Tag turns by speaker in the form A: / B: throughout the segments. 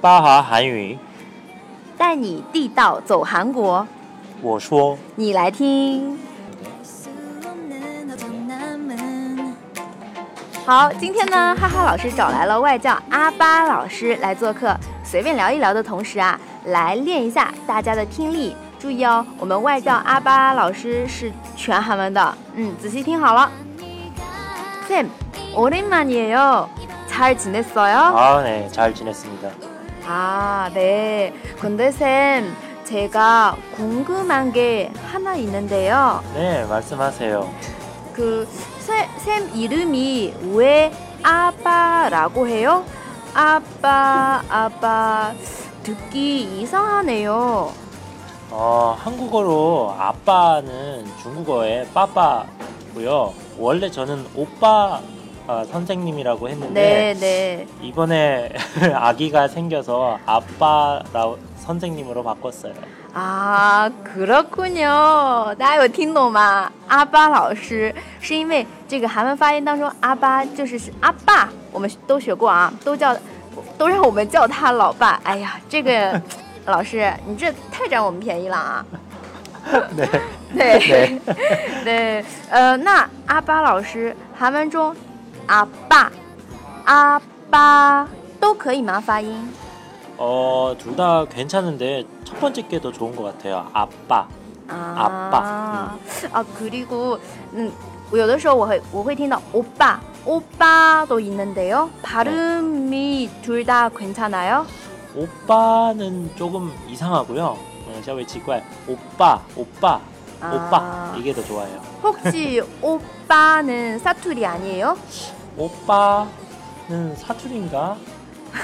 A: 巴哈韩语，
B: 带你地道走韩国，
A: 我说
B: 你来听。
C: 수 없는 어떤 남은
B: 好，今天呢，哈哈老师找来了外教阿巴老师来做客，随便聊一聊的同时啊，来练一下大家的听力。注意哦，我们外教阿巴老师是全韩文的，嗯，仔细听好了。쌤오랜만이에요잘지냈어요
A: 아, 네, 잘 지냈습니다.
B: 아, 네. 근데 쌤, 제가 궁금한 게 하나 있는데요.
A: 네, 말씀하세요.
B: 그, 세- 쌤 이름이 왜 아빠라고 해요? 아빠, 아빠. 듣기 이상하네요.
A: 어, 한국어로 아빠는 중국어의 빠빠고요. 원래 저는 오빠 아, 선생님이라고 했는데
B: 네, 네.
A: 이번에 아기가 생겨서 아빠라 선생님으로 바꿨어요.
B: 아 그렇군요. 나有听懂吗？阿巴老师是因为这个韩文发音当中，阿巴就是是阿爸，我们都学过啊，都叫都让我们叫他老爸。哎呀，这个老师你这太占我们便宜了啊！
A: 네.
B: 对
A: 네.
B: 对，呃，那阿巴老师韩文中阿爸、阿巴都可以吗？发音？
A: 어, 둘 다 괜찮은데 첫 번째 게 더 좋은 것 같아요. 아빠. 아빠.
B: 啊，그리고嗯，有的时候我会我会听到오빠오빠도있는데요발음이둘다괜찮아요
A: 오빠는 조금 이상하고요. 어, 샤웨 치과 오빠, 오빠,
B: 아.
A: 오빠 이게 더 좋아요.
B: 혹시 오빠는사투리아니에요
A: 오빠는 사투리인가?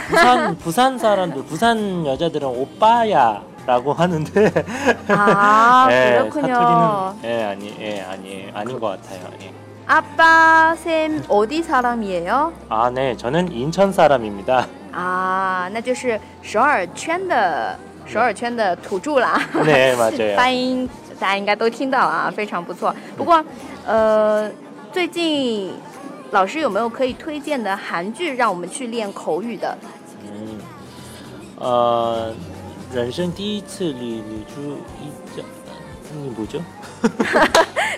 A: 부산 부산 사람들 부산 여자들은 오빠야라고 하는데
B: 아
A: 예,
B: 그렇군요.
A: 사투리는 예 아니 예 아니 아닌 것 같아요. 예.
B: 아빠 쌤 어디 사람이에요?
A: 아 네, 저는 인천 사람입니다.
B: 啊，那就是首尔圈的首尔圈的土著啦。
A: 네 맞아요.
B: 发音大家应该都听到了
A: 嗯
B: 啊，非常不错。不过，呃，最近老师有没有可以推荐的韩剧让我们去练口语的？
A: 嗯，呃，人生第一次旅旅住一家，你不就？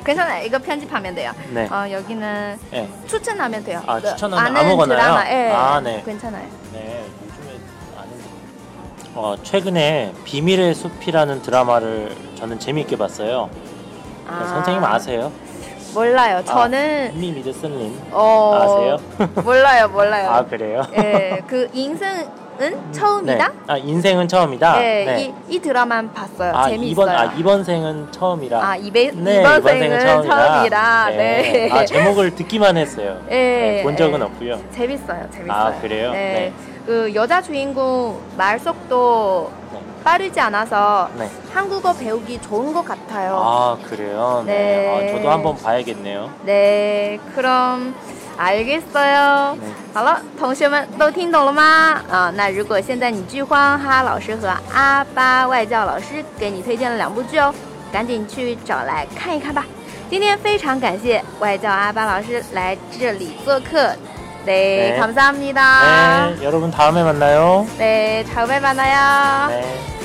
B: 괜찮아요이거편집하면돼요
A: 네.
B: 어여기는
A: 예.
B: 추천하면돼요
A: 아, 추천하면
B: 많은
A: 아무거나요?
B: 드라마, 예,
A: 아, 네.
B: 괜찮아요.
A: 네, 요즘에 아는데. 어, 최근에 비밀의 숲이라는 드라마를 저는 재미있게 봤어요. 그러니까 선생님 아세요?
B: 啊
A: 아,
B: 몰라요. 저는
A: 이미 미드슨님
B: 어
A: 啊 아세요? 啊
B: 몰라요, 몰라요.
A: 아 그래요?
B: 네. 예, 그 인생은 처음이다.
A: 네. 아 인생은 처음이다. 네.
B: 예, 이, 이 드라마만 봤어요.
A: 아
B: 재미있어요.
A: 이번 아 이번 생은 처음이라.
B: 아, 이베,
A: 네,
B: 이번 생은 처음이라.
A: 네.
B: 네.
A: 아 제목을 듣기만 했어요.
B: 예,
A: 네, 본 적은
B: 예.
A: 없고요.
B: 재밌어요, 재밌어요.
A: 아, 그래요? 네.
B: 네. 그 여자 주인공 말 속도
A: 네.
B: 빠르지 않아서
A: 네.
B: 한국어 배우기 좋은 것 같아요.
A: 아 그래요? 네.
B: 어. 네.
A: 아, 저도 한번 봐야겠네요.
B: 네, 그럼 알겠어요.
A: 嗯
B: 好了，同学们都听懂了吗？啊，那如果现在你剧荒哈老师和阿巴外教老师给你推荐了两部剧哦，赶紧去找来看一看吧。今天非常感谢外教阿巴老师来这里做客，对，
A: 네
B: 감사합니다。
A: 哎
B: 아.
A: 네, 여러분 다음에 만나요.
B: 네, 다음에 만나요.
A: 네.